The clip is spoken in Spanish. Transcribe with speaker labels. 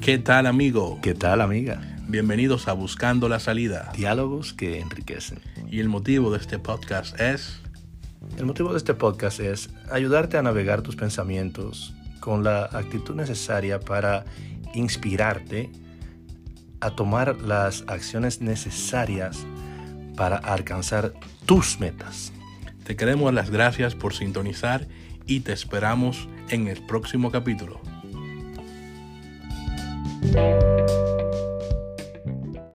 Speaker 1: ¿Qué tal, amigo?
Speaker 2: ¿Qué tal, amiga?
Speaker 1: Bienvenidos a Buscando la Salida.
Speaker 2: Diálogos que enriquecen.
Speaker 1: Y el motivo de este podcast es...
Speaker 2: El motivo de este podcast es ayudarte a navegar tus pensamientos con la actitud necesaria para inspirarte a tomar las acciones necesarias para alcanzar tus metas.
Speaker 1: Te queremos las gracias por sintonizar y te esperamos en el próximo capítulo.